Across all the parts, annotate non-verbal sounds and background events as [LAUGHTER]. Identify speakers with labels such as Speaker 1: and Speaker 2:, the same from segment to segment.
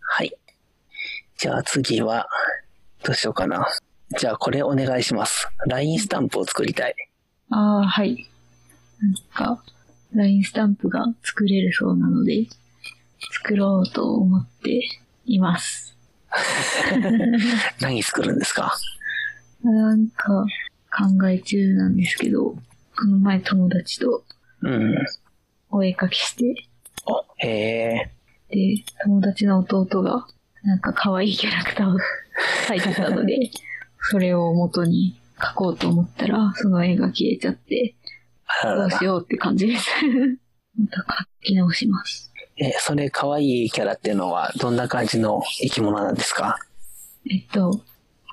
Speaker 1: はい。じゃあ次は、どうしようかな。じゃあこれお願いします。LINE スタンプを作りたい。
Speaker 2: ああ、はい。なんか、LINE スタンプが作れるそうなので、作ろうと思っています。
Speaker 1: 何作るんですか
Speaker 2: なんか、考え中なんですけど、この前友達と
Speaker 1: うん。
Speaker 2: お絵かきして、
Speaker 1: あ、へえ。
Speaker 2: で、友達の弟が、なんか可愛いキャラクターを [LAUGHS] 描いてたので、それを元に描こうと思ったら、その絵が消えちゃって、
Speaker 1: あら
Speaker 2: ど
Speaker 1: ら
Speaker 2: うし
Speaker 1: ら。
Speaker 2: ようって感じです。 [LAUGHS] また書き直します。
Speaker 1: え、それ可愛いキャラっていうのはどんな感じの生き物なんですか
Speaker 2: えっと、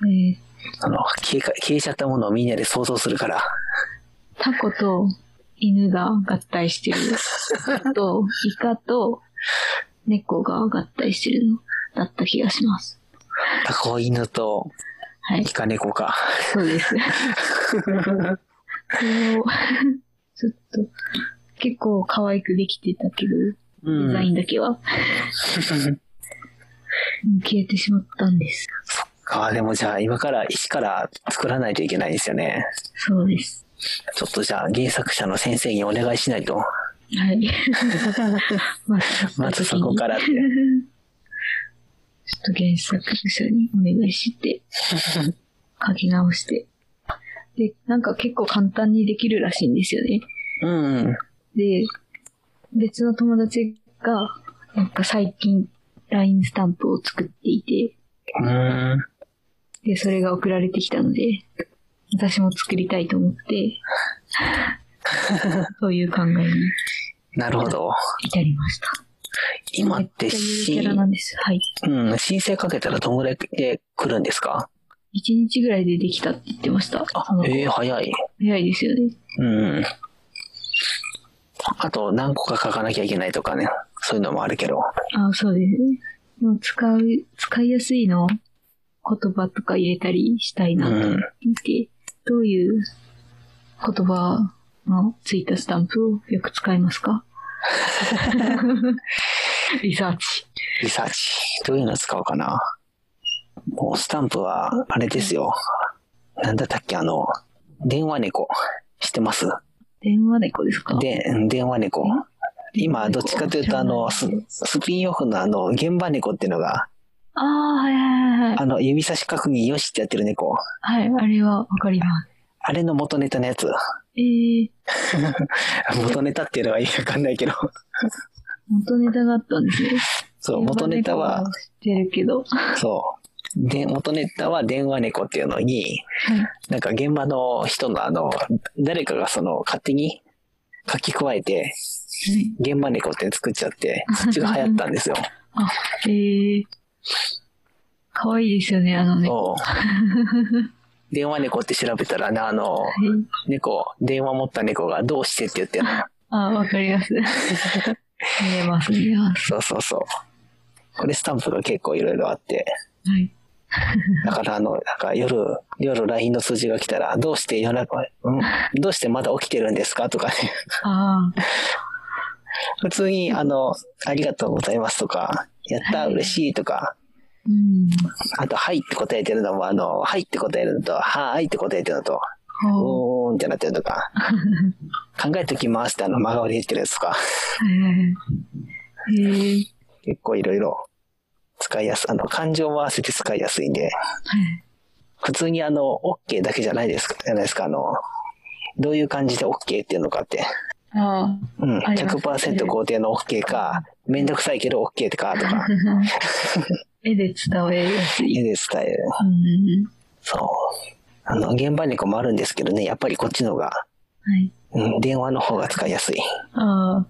Speaker 2: えー
Speaker 1: あの、消えか、消えちゃったものをみんなで想像するから。
Speaker 2: タコと犬が合体して [LAUGHS] る。あと、イカと猫が合体してるのだった気がします。
Speaker 1: タコ犬と
Speaker 2: はい
Speaker 1: イ、カ猫か。
Speaker 2: [LAUGHS] そうです。それをちょっと、結構可愛くできてたけど、
Speaker 1: う
Speaker 2: デザイ
Speaker 1: ん。
Speaker 2: ンだけ [LAUGHS] は、うん消えてしまったんです。
Speaker 1: あーでもじゃあ今から石から作らないといけないんですよね。
Speaker 2: そうです。
Speaker 1: ちょっとじゃあ原作者の先生にお願いしないと。 [LAUGHS]
Speaker 2: はい。まず、
Speaker 1: まずそこからって。
Speaker 2: ちょっと原作者にお願い
Speaker 1: [LAUGHS]
Speaker 2: して、書き直して。で、なんか結構簡単にできるらしいんですよね。
Speaker 1: うん。
Speaker 2: で、別の友達が、なんか最近、LINE スタンプを作っていて、
Speaker 1: うん。
Speaker 2: で、それが送られてきたので、私も作りたいと思
Speaker 1: [LAUGHS]
Speaker 2: って、そういう考えに
Speaker 1: なるほど。
Speaker 2: 至りました。
Speaker 1: 今って
Speaker 2: めちゃゆるキ
Speaker 1: し
Speaker 2: ャラなんです。はい。
Speaker 1: うん、申請かけたらどんぐらいで来るんですか
Speaker 2: 一日ぐらいでできたって言ってました。
Speaker 1: あ
Speaker 2: その、
Speaker 1: ええ早い。
Speaker 2: 早いですよね。
Speaker 1: うん。あと何個か書かなきゃいけないとかね。そういうのもあるけど。
Speaker 2: あそうですね。でも使う、使いやすいのを言葉とか入れたりしたいうなと思っ
Speaker 1: ん。
Speaker 2: ていて、どういう言葉のついたスタンプをよく使いま
Speaker 1: [LAUGHS]
Speaker 2: すかリサーチ。
Speaker 1: リサーチ。どういうの使おうかな。もうスタンプは、あれですよ。なんだったっけ、あの、電話猫。知ってます
Speaker 2: 電話猫ですか
Speaker 1: で、電話猫。今、どっちかというと、あの、ススピンオフのあの、現場猫っていうのが、
Speaker 2: ああ、は
Speaker 1: [LAUGHS]
Speaker 2: いはいはい
Speaker 1: あの、指差し確認よしってやってる猫。
Speaker 2: はい。はい、あれはわかります。
Speaker 1: あれの元ネタの [LAUGHS] やつ。
Speaker 2: えー、
Speaker 1: 元ネタっていうのはよくわかんないけど。
Speaker 2: 元ネタがあったんですね。
Speaker 1: そう、
Speaker 2: 電話
Speaker 1: 元ネタ
Speaker 2: 猫
Speaker 1: は
Speaker 2: は、知ってるけど。
Speaker 1: そう。で、元ネタは電話猫っていうのに、
Speaker 2: はい
Speaker 1: なんか現場の人のあの、誰かがその勝手に書き加えて、現場猫って作っちゃって、そっちが流行ったんです [LAUGHS] よ。
Speaker 2: えー、かわいいですよね、あのね。は
Speaker 1: そう。電話猫って調べたらね、あの、
Speaker 2: い、
Speaker 1: 猫、電話持った猫がどうしてって言ってるの。
Speaker 2: あ、わかり
Speaker 1: [LAUGHS]
Speaker 2: ます。見えます、見えます。
Speaker 1: そうそうそう。これスタンプが結構いろいろあって。
Speaker 2: はい。
Speaker 1: だからあの、なんか夜、夜 LINE の数字が来たら、どうして夜中、うん、どうしてまだ起きてるんですかとかね。 [LAUGHS]
Speaker 2: ああ、
Speaker 1: 普通に、あの、ありがとうございますとか、やった、
Speaker 2: はい
Speaker 1: 嬉しいとか、
Speaker 2: うん。
Speaker 1: あと、はいって答えてるのも、あの、はいって答えるのと、はーいって答えてるのと、
Speaker 2: ほ
Speaker 1: おー
Speaker 2: う。
Speaker 1: んってなってるとか、考えときますってあの、真顔で言ってるやつとか、
Speaker 2: はいはいはい。えー、
Speaker 1: 結構いろいろ使いやすい、あの、感情も合わせて使いやすいんで、
Speaker 2: はい。
Speaker 1: 普通にあの、OK だけじゃないですか、じゃないですか、あの、どういう感じで OK っていうのかって。
Speaker 2: あ
Speaker 1: うん、
Speaker 2: あります
Speaker 1: 100%肯定の OK か、めんどくさいけど OK とか、と
Speaker 2: あ [LAUGHS]
Speaker 1: か、。
Speaker 2: 絵で伝えやすい。
Speaker 1: 絵で伝える。
Speaker 2: うんうんうん。
Speaker 1: そう。あの、現場猫もあるんですけどね、やっぱりこっちのが、
Speaker 2: はい。
Speaker 1: うん、電話の方が使いやすい。
Speaker 2: ああ、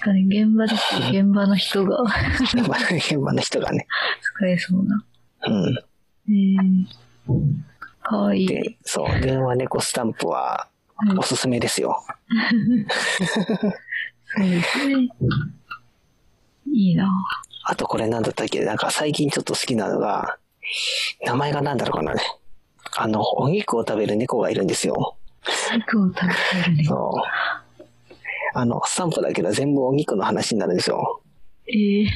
Speaker 2: 確かに現場ですね。現場の人が
Speaker 1: 現場の [LAUGHS] 現場の人がね。
Speaker 2: 使えそうな。
Speaker 1: うん。
Speaker 2: えー、かわいい。
Speaker 1: で、そう、電話猫スタンプは
Speaker 2: はい
Speaker 1: おすすめですよ。
Speaker 2: そうですね。いいな
Speaker 1: あとこれなんだったっけなんか最近ちょっと好きなのが、名前がなんだろうかなね。あの、お肉を食べる猫がいるんですよ。
Speaker 2: 肉を食べてるね。
Speaker 1: そう。あの、スタンプだけど全部お肉の話になるんですよ。
Speaker 2: ええ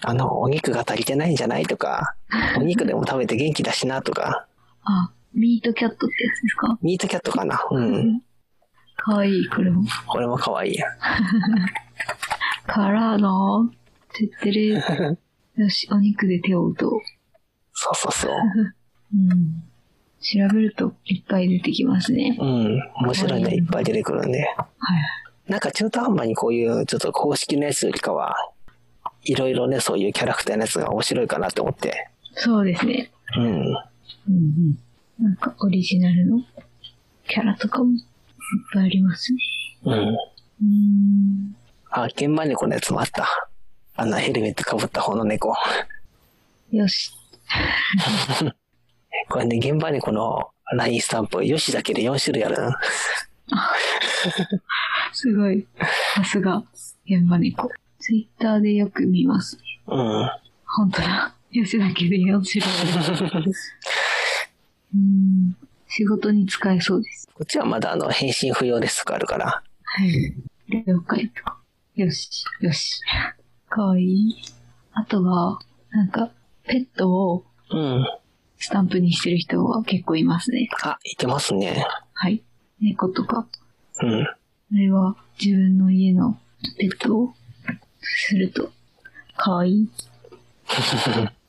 Speaker 1: あの、お肉が足りてないんじゃないとか、お肉でも食べて元気だしなとか、
Speaker 2: あ、ミートキャットってやつですか
Speaker 1: ミートキャットかなうん。
Speaker 2: かわいい、これも。
Speaker 1: これも可愛いや。
Speaker 2: からの、てってれ。よし、お肉で手を打とう。
Speaker 1: そうそうそう。
Speaker 2: うん。調べるといっぱい出てきますね。
Speaker 1: うん。面白いのいっぱい出てくるんで。
Speaker 2: はい。
Speaker 1: なんか中途半端にこういうちょっと公式のやつよりかは、いろいろね、そういうキャラクターのやつが面白いかなと思って。
Speaker 2: そうですね。
Speaker 1: うん。
Speaker 2: うんうん。なんかオリジナルのキャラとかもいっぱいありますね。
Speaker 1: うん。
Speaker 2: うーん。
Speaker 1: あ、現場猫のやつもあった。あの、ヘルメットかぶった方の猫。
Speaker 2: よし。
Speaker 1: これね、現場猫のラインスタンプ、よしだけで4種類ある。
Speaker 2: すごい。さすが、現場猫。ツイッターでよく見ますね。
Speaker 1: うん。
Speaker 2: 本当だ。吉だけで4種類ある。うーん。仕事に使えそうです。
Speaker 1: こっちはまだあの、返信不要ですとかあるから。
Speaker 2: はい。了解と。よし、よし。かわいい。あとは、なんか、ペットを
Speaker 1: うん。
Speaker 2: スタンプにしてる人は結構いますね。
Speaker 1: あ、いてますね。
Speaker 2: はい。猫とか、
Speaker 1: うん。
Speaker 2: あれは自分の家のペットをすると、かわいい。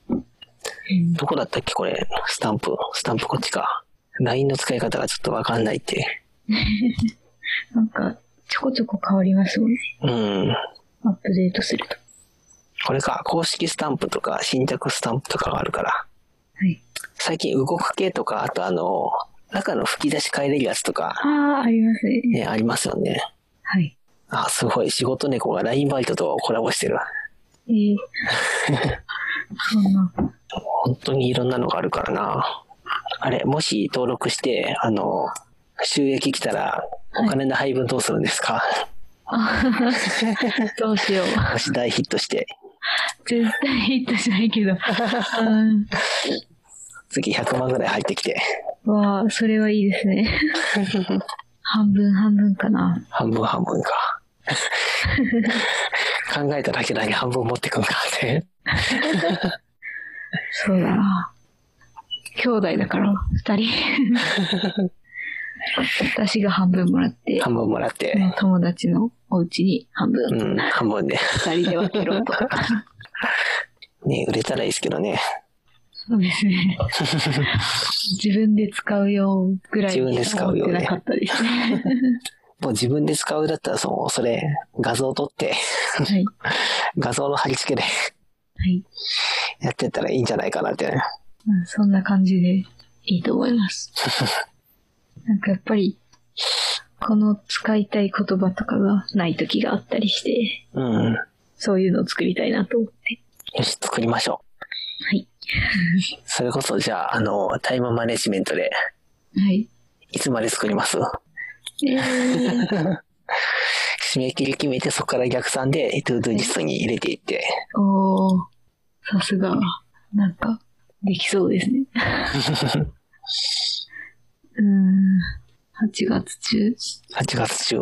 Speaker 2: うん
Speaker 1: どこだったっけこれ。スタンプ。スタンプこっちか。LINE の使い方がちょっとわかんないって。
Speaker 2: なんか、ちょこちょこ変わりますもんね。
Speaker 1: うん。
Speaker 2: アップデートすると。
Speaker 1: これか。公式スタンプとか、新着スタンプとかがあるから。
Speaker 2: はい。
Speaker 1: 最近動く系とか、あとあの、中の吹き出し変えれるやつとか、
Speaker 2: ああ、ありますね。
Speaker 1: ね、ありますよね。
Speaker 2: はい。
Speaker 1: あ、すごい。仕事猫が LINE バイトとコラボしてる。
Speaker 2: えー、そんな。
Speaker 1: 本当にいろんなのがあるからな。あれ、もし登録して、あの、収益来たら、お金の配分どうするんですか、
Speaker 2: あ [LAUGHS] どうしよう。
Speaker 1: もし大ヒットして、
Speaker 2: 絶対ヒットしないけ [LAUGHS] ど。うん
Speaker 1: 次100万ぐらい入ってきて、
Speaker 2: わあ、それはいいです [LAUGHS] ね。半分半分かな。
Speaker 1: 半分半分か。考えただけだけ半分持ってくんかって。
Speaker 2: そうだな。兄弟だから、二
Speaker 1: [LAUGHS]
Speaker 2: 人。私が半分もらって、
Speaker 1: 半分もらって、
Speaker 2: 友達のお家に半分、
Speaker 1: うん、半分で。
Speaker 2: 二人で分けろと。
Speaker 1: [LAUGHS] ね、売れたらいいですけどね。
Speaker 2: そうですね。自分で使うよぐらい
Speaker 1: 自分で
Speaker 2: し
Speaker 1: 使
Speaker 2: か思
Speaker 1: う
Speaker 2: っ
Speaker 1: よ
Speaker 2: て
Speaker 1: ね
Speaker 2: なかったですね。
Speaker 1: もう自分で使うだったら、その、それ、画像撮って、
Speaker 2: はい。
Speaker 1: 画像の貼り付けで [LAUGHS]
Speaker 2: はい。
Speaker 1: やってったらいいんじゃないかなってね。
Speaker 2: まあ、そんな感じでいいと思います。なんかやっぱり、この使いたい言葉とかがない時があったりして、
Speaker 1: うん。
Speaker 2: そういうのを作りたいなと思って。
Speaker 1: よし、作りましょ
Speaker 2: は
Speaker 1: う。
Speaker 2: い。
Speaker 1: それこそ、じゃあ、あの、タイムマネジメントで、 [LAUGHS]
Speaker 2: はい。
Speaker 1: いつまで作ります
Speaker 2: えー、
Speaker 1: 締め切り決めて、そこから逆算で、トゥードゥーリストに入れていって。
Speaker 2: おー、さすが、なんか、できそうですね。うーん、8月中
Speaker 1: 8月中。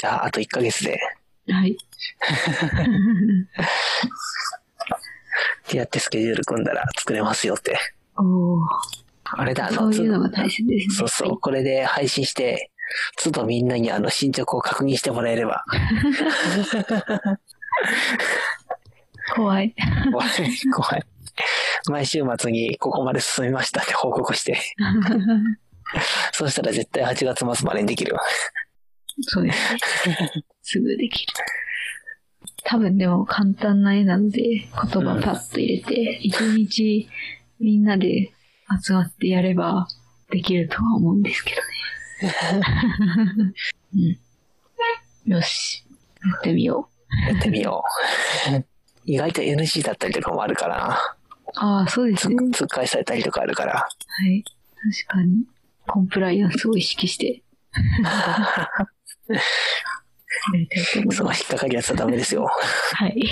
Speaker 1: じゃあ、あと1ヶ月で、 [LAUGHS]
Speaker 2: はい。 [LAUGHS]
Speaker 1: やってスケジュール組んだら作れますよって。
Speaker 2: おー、
Speaker 1: あれだ、あ
Speaker 2: そ
Speaker 1: の、
Speaker 2: ういうの
Speaker 1: つ
Speaker 2: が大切ですね。
Speaker 1: そうそう、これで配信して、つとみんなにあの進捗を確認してもらえれ
Speaker 2: [LAUGHS]
Speaker 1: ば、
Speaker 2: 怖い。
Speaker 1: 怖い、怖い。毎週末にここまで進みましたって報告
Speaker 2: [LAUGHS]
Speaker 1: して、そうしたら絶対8月末までにできるわ。
Speaker 2: そうですね。すぐできる。多分でも簡単な絵なので、言葉パッと入れて、一日みんなで集まってやればできるとは思うんですけどね。うん。よし。やってみよ
Speaker 1: やってみよ
Speaker 2: [LAUGHS]
Speaker 1: う。意外と NG だったりとかもあるから、
Speaker 2: う。ああ、そうです
Speaker 1: つ
Speaker 2: ね。
Speaker 1: つっかえされたりとかあるから、
Speaker 2: はい。確かに。コンプライアンスを意識して。やりたいと思います
Speaker 1: その引っかかるやつはダメです
Speaker 2: [LAUGHS]
Speaker 1: よ。
Speaker 2: はい。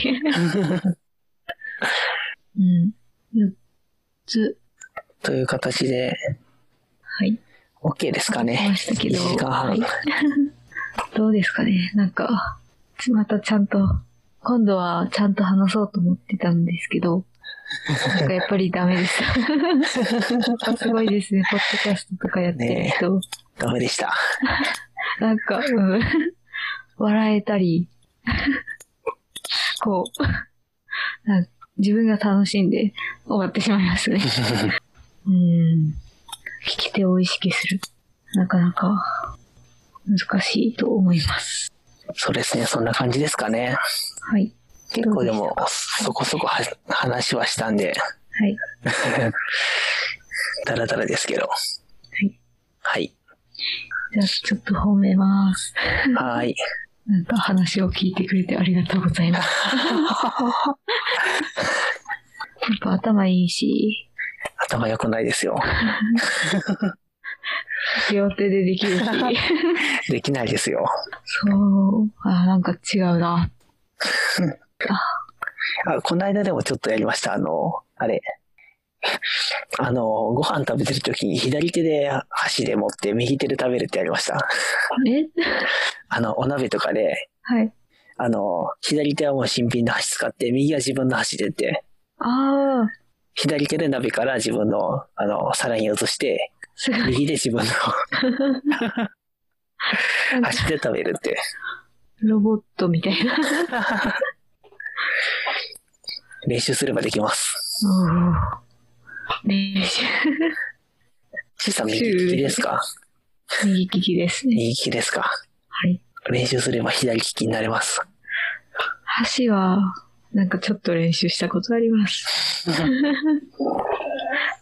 Speaker 2: うん。4つ。
Speaker 1: という形で、
Speaker 2: はい。
Speaker 1: OK ですか
Speaker 2: あり
Speaker 1: ね。
Speaker 2: ましたけど
Speaker 1: 1時間半。
Speaker 2: どうですかねなんか、またちゃんと今度はちゃんと話そうと思ってたんですけど、なんかやっぱりダメです。やっぱすごいですね、ポッドキャストとかやってる人。
Speaker 1: ダメでした。
Speaker 2: なんか、うん、 [LAUGHS] 笑えたり、 [LAUGHS] こう、なんか自分が楽しんで終わってしまいますね。うん。聞き手を意識する。なかなか難しいと思います。
Speaker 1: そうですね、そんな感じですかね。
Speaker 2: はい。
Speaker 1: 結構で
Speaker 2: どう
Speaker 1: も、そこそこは話はしたんで、
Speaker 2: はい。
Speaker 1: ダラダラですけど。
Speaker 2: はい。
Speaker 1: はい。
Speaker 2: じゃあ、ちょっと褒めます。
Speaker 1: はい。
Speaker 2: なんか話を聞いてくれてありがとうございます。やっぱ頭いいし、
Speaker 1: 頭良くないですよ。
Speaker 2: 両手でできるし、
Speaker 1: できないですよ。
Speaker 2: そう、あ、なんか違うな。
Speaker 1: あこの間でもちょっとやりました。あの、あれ。あの、ご飯食べてる時に左手で箸で持って右手で食べるってやりました。
Speaker 2: [LAUGHS] え
Speaker 1: あの、お鍋とかで、
Speaker 2: はい。
Speaker 1: あの、左手はもう新品の箸使って、右は自分の箸でって、
Speaker 2: ああ、
Speaker 1: 左手で鍋から自分の、あの、皿に移して、
Speaker 2: すごい。
Speaker 1: 右で自 [LAUGHS] 分の
Speaker 2: なんか
Speaker 1: 箸で食べるって。
Speaker 2: ロボットみたいな。
Speaker 1: 練習すればできます。
Speaker 2: 練習。
Speaker 1: ちいさん右利きですか
Speaker 2: 右利きですね。
Speaker 1: 右利きですか
Speaker 2: はい。
Speaker 1: 練習すれば左利きになれ [LAUGHS] ます。
Speaker 2: 箸は、なんかちょっと練習したことあります。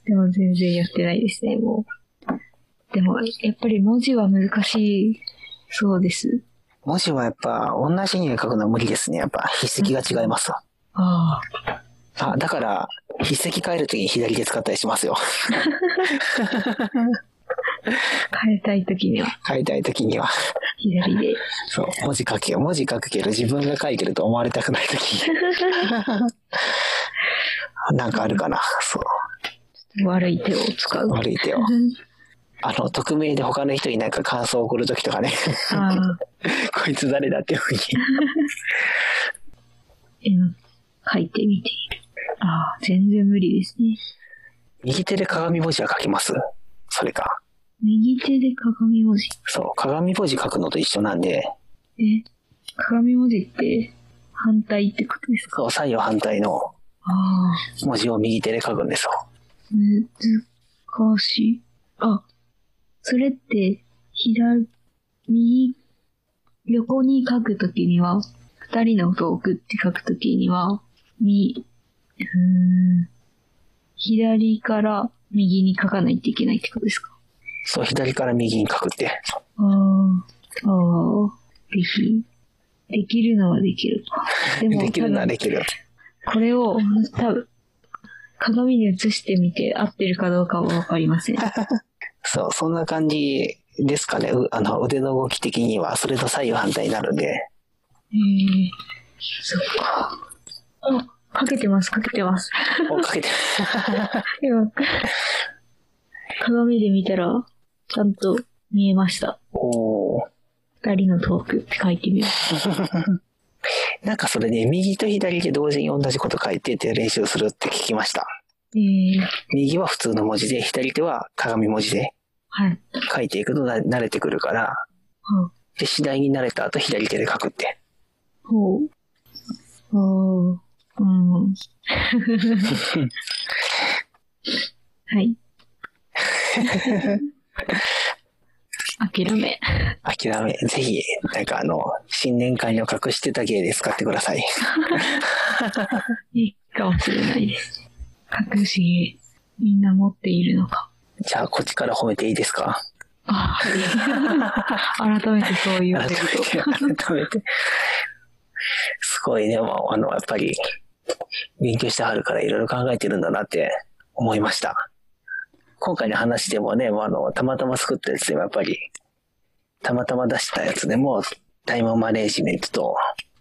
Speaker 2: でも全然やってないですね、もう。でも、やっぱり文字は難しいそうです。
Speaker 1: 文字はやっぱ同じに書くのは無理ですね。やっぱ筆跡が違います。
Speaker 2: ああ。
Speaker 1: あ、だから筆跡変えるときに左手使ったりしますよ。
Speaker 2: 変えたいときには
Speaker 1: 変えたいときには。
Speaker 2: 左で。
Speaker 1: そう、文字書けよ。文字書くけど自分が書いてると思われたくないときに。 [LAUGHS] なんかあるかな。そう。
Speaker 2: 悪い手を使う。
Speaker 1: 悪い手を。あの、匿名で他の人になんか感想を送るときとかね。 [LAUGHS]
Speaker 2: ああ。
Speaker 1: こいつ誰だっていうふうに。
Speaker 2: うん書いてみている。ああ、全然無理ですね。
Speaker 1: 右手で鏡文字は書きます。それか。
Speaker 2: 右手で鏡文字。
Speaker 1: そう、鏡文字書くのと一緒なんで、
Speaker 2: え、鏡文字って反対ってことですか
Speaker 1: そう、左右反対の
Speaker 2: ああ、
Speaker 1: 文字を右手で書くんですよ。
Speaker 2: 難しい。あ、それって、左、右、横に書くときには、二人の音を送って書くときには、み、うーん、左から右に書かないといけないってことですか
Speaker 1: そう、左から右に書くって。
Speaker 2: ああ、ああ、でき、できるのはできるか。で
Speaker 1: できるのはできる。
Speaker 2: これを、多分、鏡に映してみて合ってるかどうかはわかりま
Speaker 1: [LAUGHS]
Speaker 2: せん。
Speaker 1: そう、そんな感じですかね。うあの、腕の動き的には、それと左右反対になるんで。
Speaker 2: えー、そっか。あ、かけてます、かけてます。
Speaker 1: お、かけて。
Speaker 2: 今、鏡で見たら、ちゃんと見えました。
Speaker 1: [LAUGHS] おー
Speaker 2: 二人のトークって書いてみよう。
Speaker 1: なんかそれね、右と左で同時に同じこと書いてって練習するって聞きました。
Speaker 2: えー、
Speaker 1: 右は普通の文字で、左手は鏡文字で
Speaker 2: はい。
Speaker 1: 書いていくとな慣れてくるから、
Speaker 2: は
Speaker 1: で、次第に慣れた後左手で書くって。
Speaker 2: ほう。おー、うん。はい。諦め。
Speaker 1: 諦め、ぜひ、なんかあの、新年会の隠してた芸で使ってください。
Speaker 2: いいかもしれないです。隠し、みんな持っているのか。
Speaker 1: じゃあ、こっちから褒めていいですか
Speaker 2: ああ、はい。改めてそういう
Speaker 1: 改
Speaker 2: こ
Speaker 1: めて、改めて。すごいね、まあ、あの、やっぱり、勉強してはるからいろいろ考えてるんだなって思いました。今回の話でもね、まあ、あの、たまたま作ったやつでもやっぱり、たまたま出したやつでも、タイムマネージメントと、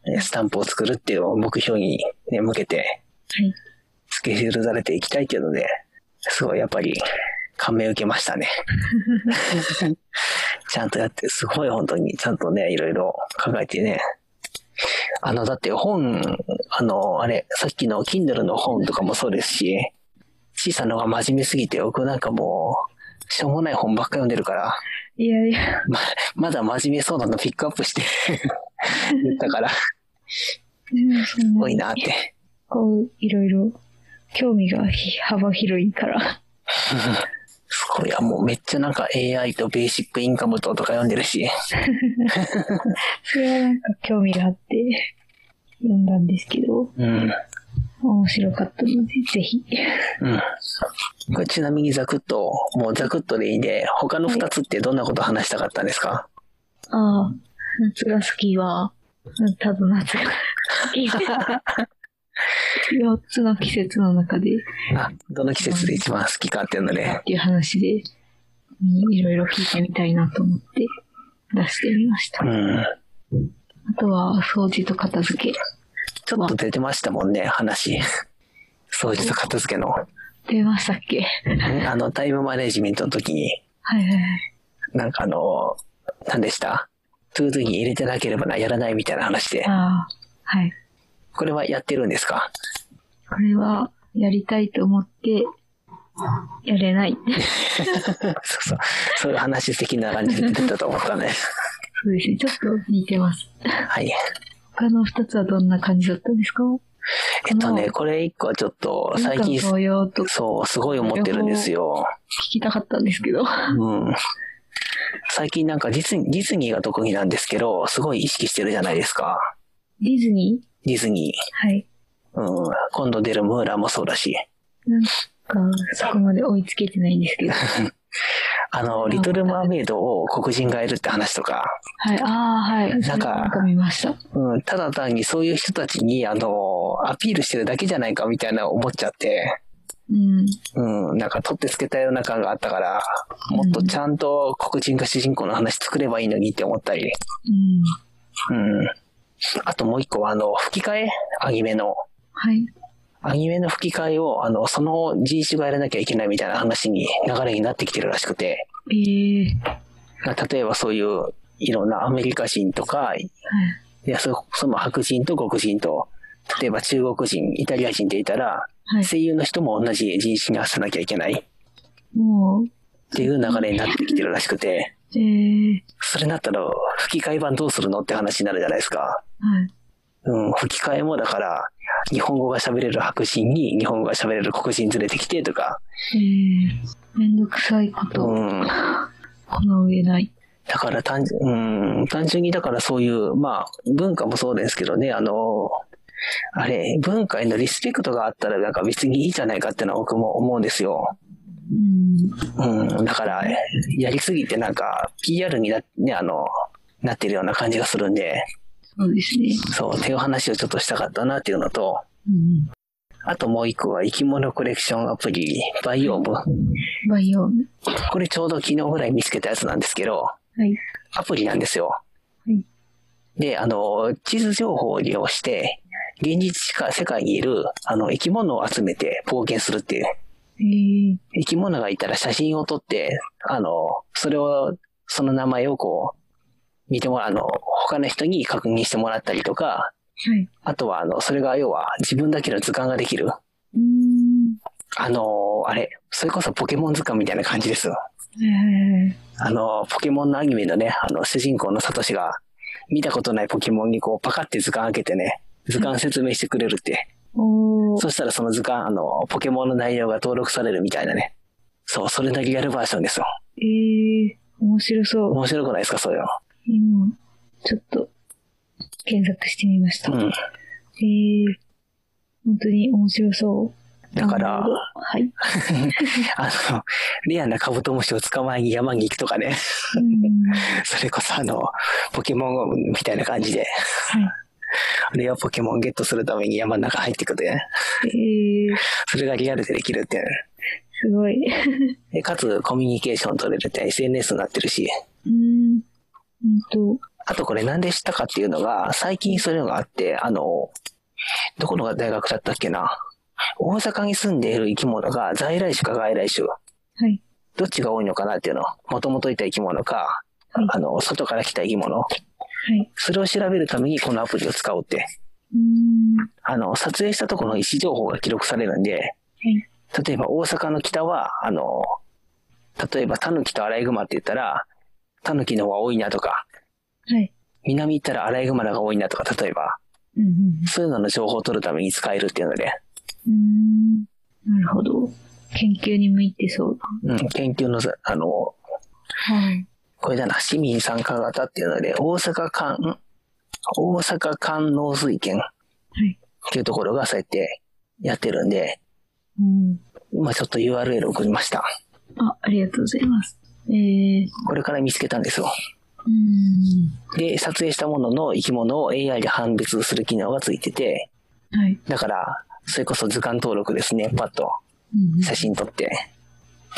Speaker 1: ねスタンプを作るっていう目標に、ね、向けて、
Speaker 2: はい
Speaker 1: スケジュールされていきたいっていうので、すごいやっぱり感銘を受けましたね。ちゃんとやって、すごい本当に、ちゃんとね、いろいろ考えてね、あの、だって本、あの、あれ、さっきの Kindle の本とかもそうですし、小さなのが真面目すぎて、僕なんかもう、しょうもない本ばっか読んでるから、
Speaker 2: いやいや、
Speaker 1: ま、まだ真面目そうなのピックアップして [LAUGHS] 言ったから、
Speaker 2: うんそん
Speaker 1: 多い
Speaker 2: な、
Speaker 1: なって。
Speaker 2: こう、いろいろ、興味がひ幅広いから。
Speaker 1: すごい、いやもうめっちゃなんか AI とベーシックインカムととか読んでるし、
Speaker 2: それはなんか [LAUGHS] 興味があって、読んだんですけど、
Speaker 1: うん。
Speaker 2: 面白かったので、ぜひ。
Speaker 1: うん。これちなみにザクッと、もうザクッとでいいで、他の2つってどんなこと話したかったんですか
Speaker 2: ああ、夏が好きは、うんただ夏が好 [LAUGHS] きは、4つの季節の中で、
Speaker 1: あ、どの季節で一番好きかっていうので
Speaker 2: っ、ていう話で、いろいろ聞いてみたいなと思って出してみました。
Speaker 1: う
Speaker 2: あ
Speaker 1: ん。
Speaker 2: とは、掃除と片付け。
Speaker 1: ちょっと出てましたもんね、話。掃除と片付けの。
Speaker 2: 出ましたっけ
Speaker 1: あの、タイムマネジメントの時に、
Speaker 2: はいはいはい。
Speaker 1: なんかあの、何でしたトゥードゥに入れてなければな、やらないみたいな話で。
Speaker 2: ああ、はい。
Speaker 1: これはやってるんですか
Speaker 2: これは、やりたいと思って、やれない。
Speaker 1: そうそう。そういう話的な感じで出たと思ったね。
Speaker 2: そうですね。ちょっと似てます。
Speaker 1: はい。
Speaker 2: 他の二つはどんな感じだったんですか
Speaker 1: えっとね、これ一個はちょっと、
Speaker 2: 文
Speaker 1: 最
Speaker 2: 化
Speaker 1: 近、
Speaker 2: 同様と聞
Speaker 1: そう、すごい思ってるんですよ。
Speaker 2: きたかったんですけど。
Speaker 1: うん。最近なんかディズニー、ディズニーが特技なんですけど、すごい意識してるじゃないですか。
Speaker 2: ディズニー
Speaker 1: ディズニー。
Speaker 2: はい。
Speaker 1: うん。今度出るムーランもそうだし。
Speaker 2: なんか、そこまで追いつけてないんですけど。
Speaker 1: あの、リトル・マーメイドを黒人がいるって話とか、
Speaker 2: はい。ああ、はい。
Speaker 1: なんか
Speaker 2: なんか見ました。
Speaker 1: うん、ただ単にそういう人たちに、あの、アピールしてるだけじゃないかみたいな思っちゃって、
Speaker 2: うん。
Speaker 1: うん、なんか取ってつけたような感があったから、もっとちゃんと黒人が主人公の話作ればいいのにって思ったり、
Speaker 2: うん。
Speaker 1: うん。あともう一個は、あの、吹き替えアニメの。
Speaker 2: はい。
Speaker 1: アニメの吹き替えを、あの、その人種がやらなきゃいけないみたいな話に、流れになってきてるらしくて、
Speaker 2: ええ
Speaker 1: 例えばそういう、いろんなアメリカ人とか、
Speaker 2: はい。
Speaker 1: で、そその白人と黒人と、例えば中国人、イタリア人でいたら、
Speaker 2: はい。
Speaker 1: 声優の人も同じ人種に合わせなきゃいけないっ
Speaker 2: もう、
Speaker 1: ていう流れになってきてるらしくて、
Speaker 2: ええ
Speaker 1: それになったら吹き替え版どうするのって話になるじゃないですか。
Speaker 2: はい。
Speaker 1: うん、吹き替えもだから、日本語が喋れる白人に日本語が喋れる黒人連れてきてとか、
Speaker 2: ええめんどくさいこと、
Speaker 1: うん。
Speaker 2: この上ない。
Speaker 1: だから単純、うん、単純にだからそういう、まあ、文化もそうですけどね、あの、あれ、文化へのリスペクトがあったらなんか別にいいじゃないかってのは僕も思うんですよ。
Speaker 2: うん。
Speaker 1: うん、だから、やりすぎてなんか、PR にな、ね、あの、なってるような感じがするんで、
Speaker 2: そうですね。
Speaker 1: そう、っていう話をちょっとしたかったなっていうのと、
Speaker 2: うん。
Speaker 1: あともう一個は生き物コレクションアプリ、バイオーム。
Speaker 2: バイオーム。
Speaker 1: これちょうど昨日ぐらい見つけたやつなんですけど、
Speaker 2: はい。
Speaker 1: アプリなんですよ。
Speaker 2: い
Speaker 1: で、あの、地図情報を利用して、現実しか世界にいる、あの、生き物を集めて冒険するっていう。
Speaker 2: ええ
Speaker 1: 生き物がいたら写真を撮って、あの、それを、その名前をこう、見てもらう、あの、他の人に確認してもらったりとか、
Speaker 2: はい。
Speaker 1: あとは、あの、それが要は自分だけの図鑑ができる。
Speaker 2: うん。
Speaker 1: あの、あれ、それこそポケモン図鑑みたいな感じです。
Speaker 2: はいはいはい。
Speaker 1: あの、ポケモンのアニメのね、あの、主人公のサトシが、見たことないポケモンにこう、パカって図鑑開けてね、図鑑説明してくれるって。
Speaker 2: おー。
Speaker 1: そしたらその図鑑、あの、ポケモンの内容が登録されるみたいなね。そう、それだけやるバージョンですよ。
Speaker 2: ええ面白そう。
Speaker 1: 面白くないですか、そういうの。
Speaker 2: 今、ちょっと、検索してみました。
Speaker 1: うん。
Speaker 2: ええ本当に面白そう。
Speaker 1: だから
Speaker 2: なるほどはい。
Speaker 1: あの、レアなカブトムシを捕まえに山に行くとかね。 [LAUGHS]
Speaker 2: うん。
Speaker 1: それこそあの、ポケモンみたいな感じで、
Speaker 2: は
Speaker 1: レアポケモンゲットするために山の中入っていくで、
Speaker 2: い。ええ
Speaker 1: それがリアルでできるっていう
Speaker 2: すごい。
Speaker 1: で。かつ、コミュニケーション取れるって SNS になってるし。
Speaker 2: うん。うんと、
Speaker 1: あとこれなんで知ったかっていうのが、最近そういうのがあって、あの、どこのが大学だったっけな。大阪に住んでいる生き物が在来種か外来種。
Speaker 2: はい。
Speaker 1: どっちが多いのかなっていうの。もともといた生き物か、
Speaker 2: はい
Speaker 1: あの、外から来た生き物。
Speaker 2: はい。
Speaker 1: それを調べるためにこのアプリを使おうって。
Speaker 2: うーん。は
Speaker 1: あの、撮影したところの位置情報が記録されるんで、
Speaker 2: い。
Speaker 1: 例えば大阪の北は、あの、例えばタヌキとアライグマって言ったら、タヌキの方が多いなとか、
Speaker 2: はい。
Speaker 1: 南行ったらアライグマの方が多いなとか、例えば、
Speaker 2: うんうん
Speaker 1: そういうのの情報を取るために使えるっていうので、
Speaker 2: うん。うーん。なるほど。研究に向いてそうだ。
Speaker 1: うん、研究のさ、あの、
Speaker 2: はい。
Speaker 1: これだな、市民参加型っていうので、大阪間、ん大阪間農水研っ
Speaker 2: はい。
Speaker 1: ていうところがそうやってやってるんで、
Speaker 2: うん。
Speaker 1: 今ちょっと URL 送りました。
Speaker 2: あ、ありがとうございます。えー、
Speaker 1: これから見つけたんですよ。
Speaker 2: うーん。
Speaker 1: で、撮影したものの生き物を AI で判別する機能がついてて、
Speaker 2: はい。
Speaker 1: だから、それこそ図鑑登録ですね。パッと
Speaker 2: うんうん
Speaker 1: 写真撮って。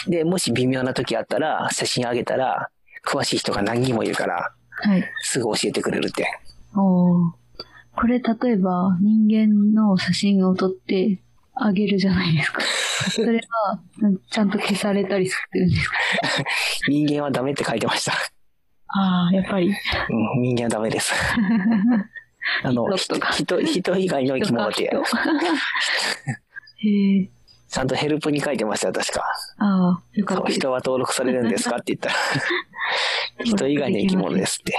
Speaker 1: で、もし微妙な時あったら、写真あげたら、詳しい人が何人もいるから、
Speaker 2: はい。
Speaker 1: すぐ教えてくれるって。
Speaker 2: おーこれ例えば人間の写真を撮ってあげるじゃないです
Speaker 1: [LAUGHS]
Speaker 2: か。それはうんちゃんと消されたりするんですか
Speaker 1: 人間はダメって書いてま
Speaker 2: [LAUGHS]
Speaker 1: した。
Speaker 2: ああ、やっぱり。
Speaker 1: うん、人間はダメ
Speaker 2: [LAUGHS]
Speaker 1: です。あの、
Speaker 2: 人
Speaker 1: 人
Speaker 2: とか、
Speaker 1: 人人以外の生き物って、
Speaker 2: 人か人 [LAUGHS] へえ、
Speaker 1: ちゃんとヘルプに書いてましたよ、確か。
Speaker 2: ああ、よかったです。
Speaker 1: 人は登録されるんですかって言
Speaker 2: [LAUGHS]
Speaker 1: ったら、人以外の生き物ですって。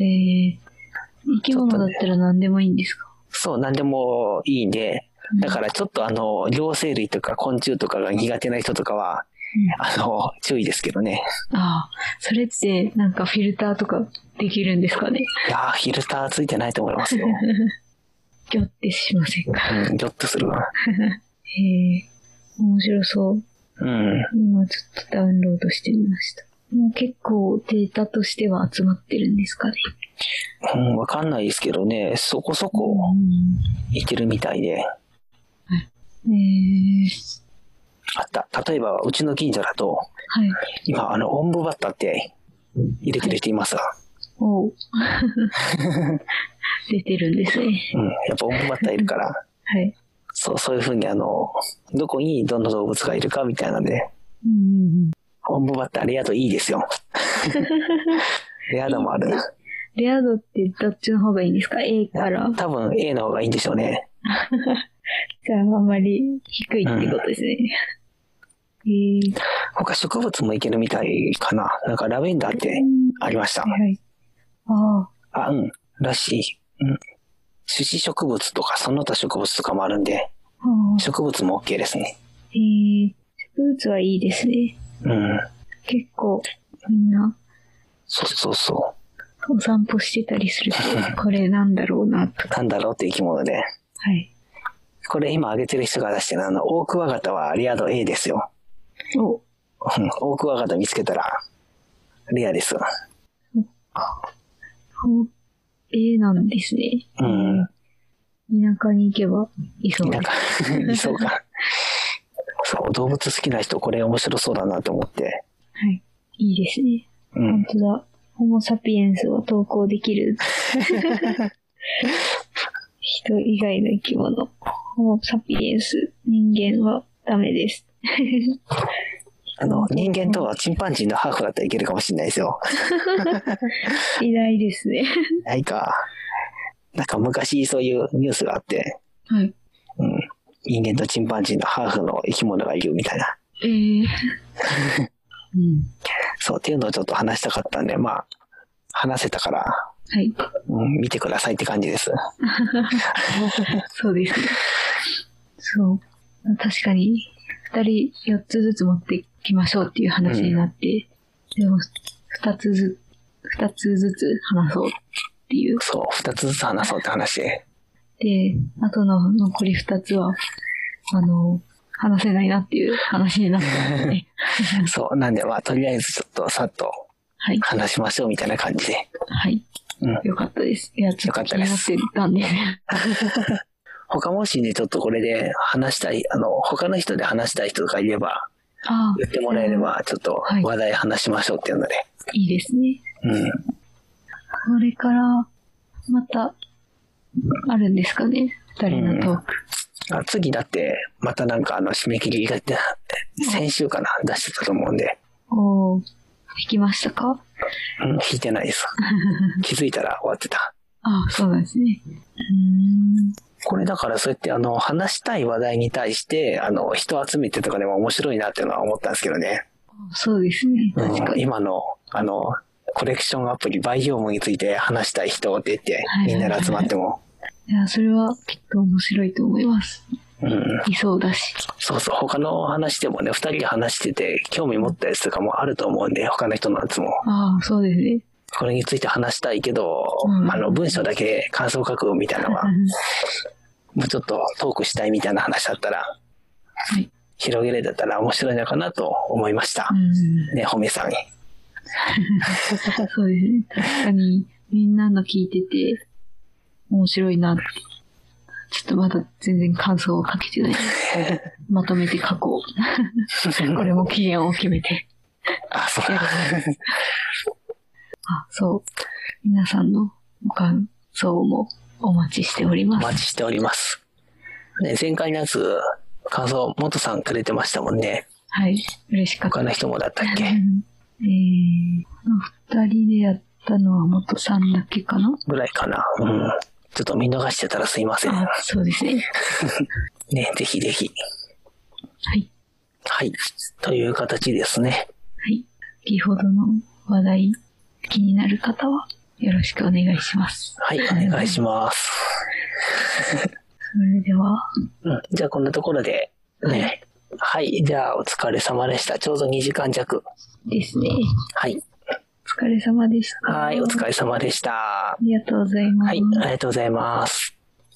Speaker 2: ええ生き物だったら何でもいいんですか、
Speaker 1: そう、なんでもいいんで、だかららちょっとあの、両生類とか昆虫とかが苦手な人とかは、
Speaker 2: うん
Speaker 1: あの、注意ですけどね。
Speaker 2: ああ、それってなんかフィルターとかできるんですかね
Speaker 1: いやーフィルターついてないと思います
Speaker 2: [LAUGHS]
Speaker 1: よ。
Speaker 2: ギョってしませんか
Speaker 1: うん、ギョッとするわ。
Speaker 2: へえ、面白そう。
Speaker 1: うん。
Speaker 2: 今ちょっとダウンロードしてみました。もう結構データとしては集まってるんですかね。
Speaker 1: うん、わかんないですけどね、そこそこ
Speaker 2: う
Speaker 1: いけるみたいで。
Speaker 2: ん。えー、
Speaker 1: あった。例えば、うちの近所だと、
Speaker 2: はい。
Speaker 1: 今、あの、音符バッターって入れてる人いますわ。
Speaker 2: お
Speaker 1: [LAUGHS]
Speaker 2: う出てるんですね。
Speaker 1: うん。やっぱ音符バッターいるから、 [LAUGHS]
Speaker 2: はい。
Speaker 1: そう、そういうふうにあの、どこにどんな動物がいるかみたいなんで、
Speaker 2: うんうんうん。
Speaker 1: 音符バッターレア度いいです
Speaker 2: [LAUGHS]
Speaker 1: よ。レア度もある。
Speaker 2: レア度ってどっちの方がいいんですか ?A から。
Speaker 1: 多分 A の方がいいんでしょうね。
Speaker 2: じゃああんまり低いってことですね。えー、
Speaker 1: 他植物もいけるみたいかな。なんかラベンダーってありました
Speaker 2: は。いはい。ああ、
Speaker 1: あ、うん。らしい。うん。種子植物とか、その他植物とかもあるんで、
Speaker 2: ああ。
Speaker 1: 植物も OK ですね。
Speaker 2: えー、植物はいいですね。
Speaker 1: うん。
Speaker 2: 結構みんな
Speaker 1: そうそうそ
Speaker 2: お散歩してたりすると、これなんだろうなと
Speaker 1: う。。なんだろうって生き物で。
Speaker 2: はい。
Speaker 1: これ今挙げてる人が出してるあの、オオクワガタはレア度 A ですよ。
Speaker 2: お、
Speaker 1: うんオオクワガタ見つけたら、レアです。
Speaker 2: ほ、えなんですね。
Speaker 1: うん。
Speaker 2: 田舎に行けばいそう
Speaker 1: なん [LAUGHS]
Speaker 2: です。
Speaker 1: か、いそうか。そう、動物好きな人、これ面白そうだなと思って。
Speaker 2: はい。いいですね。
Speaker 1: う
Speaker 2: 本
Speaker 1: ん。
Speaker 2: 当だ。ホモサピエンスを投稿でき [LAUGHS] る。人以外の生き物。ホモサピエンス、人間はダメです。
Speaker 1: あの、人間とはチンパンジーのハーフだったらいけるかもしれないです [LAUGHS] よ。
Speaker 2: 偉いですね。
Speaker 1: ないか。なんか昔そういうニュースがあって、
Speaker 2: はい。
Speaker 1: うん。人間とチンパンジーのハーフの生き物がいるみたいな。
Speaker 2: えー。 [LAUGHS] うん。
Speaker 1: そう、っていうのをちょっと話したかったんで、まあ、話せたから、
Speaker 2: はい。
Speaker 1: うん、見てくださいって感じです。
Speaker 2: そうですね。そう。確かに、二人四つずつ持ってきましょうっていう話になって、でも、二つずつ、二つずつ話そうっていう。
Speaker 1: そう、二つずつ話そうって話で。
Speaker 2: で、あとの残り二つは、あの、話せないなって [LAUGHS] いう話になったので、
Speaker 1: そう、なんでまあ、とりあえずちょっとさっと
Speaker 2: はい。
Speaker 1: 話しましょうみたいな感じで。
Speaker 2: はい。
Speaker 1: うん。
Speaker 2: よかったです。いや、ちょっと気になってたんで、
Speaker 1: 他もしね、ちょっとこれで話したい、あの、他の人で話したい人がいれば、
Speaker 2: ああ、
Speaker 1: 言ってもらえれば、ちょっと
Speaker 2: はい
Speaker 1: 話題話しましょうっていうので。
Speaker 2: いいですね。
Speaker 1: うん。
Speaker 2: これから、また、あるんですかね二人のトーク。
Speaker 1: あ次だって、またなんかあの、締め切りが、先週かな、出してたと思うんで。
Speaker 2: おお、できましたか
Speaker 1: うん、弾いてないです。気づいたら終わってた。
Speaker 2: ああ、そうなんですね。うーん。
Speaker 1: これだからそうやってあの、話したい話題に対して、あの、人集めてとかでも面白いなっていうのは思ったんですけどね。
Speaker 2: そうですね。
Speaker 1: うん
Speaker 2: 確かに。
Speaker 1: 今の、あの、コレクションアプリ、バイオームについて話したい人って言って
Speaker 2: はい、はい
Speaker 1: み
Speaker 2: はい
Speaker 1: んなで集まっても、
Speaker 2: いや、それはきっと面白いと思います。
Speaker 1: うん、
Speaker 2: いそうだし。
Speaker 1: そうそう、他の話でもね、二人で話してて、興味持ったやつとかもあると思うんで、他の人のやつも。
Speaker 2: ああ、そうですね。
Speaker 1: これについて話したいけど、
Speaker 2: うん
Speaker 1: あの、文章だけで感想書くみたいなのは、もうちょっとトークしたいみたいな話だったら、
Speaker 2: はい。
Speaker 1: 広げれたら面白いのかなと思いました
Speaker 2: う。ん。
Speaker 1: ね、褒めさ [LAUGHS] んに。
Speaker 2: そうですね。確かに、みんなの聞いてて、面白いなって。ちょっとまだ全然感想を書
Speaker 1: [LAUGHS]
Speaker 2: けてない。まとめて書こう。これも期限を決めて。
Speaker 1: あ、そうだ。
Speaker 2: あ、そう。皆さんのご感想もお待ちしておりま
Speaker 1: お
Speaker 2: す。
Speaker 1: 待ちしております。ね、前回のやつ、感想、元さんくれてましたもんね。
Speaker 2: はい。嬉しかった
Speaker 1: 他。の人もだったっ
Speaker 2: [LAUGHS] う
Speaker 1: け
Speaker 2: んえー、この二人でやったのは元さんだけかな
Speaker 1: ぐらいかな。うん。ちょっと見逃してたらすいません。
Speaker 2: あ、そうですね。
Speaker 1: ね、ぜひぜひ。
Speaker 2: はい。
Speaker 1: はい。という形ですね。
Speaker 2: はい。先ほどの話題、気になる方は、よろしくお願いします。
Speaker 1: はい、お願いします。
Speaker 2: それでは、
Speaker 1: うん。じゃあ、こんなところで、ね。はい。じゃあ、お疲れ様でした。ちょうど2時間弱。
Speaker 2: ですね。
Speaker 1: はい。
Speaker 2: お疲れ様でした。
Speaker 1: はい、お疲れ様でした。
Speaker 2: ありがとうございます。
Speaker 1: はい、ありがとうございます。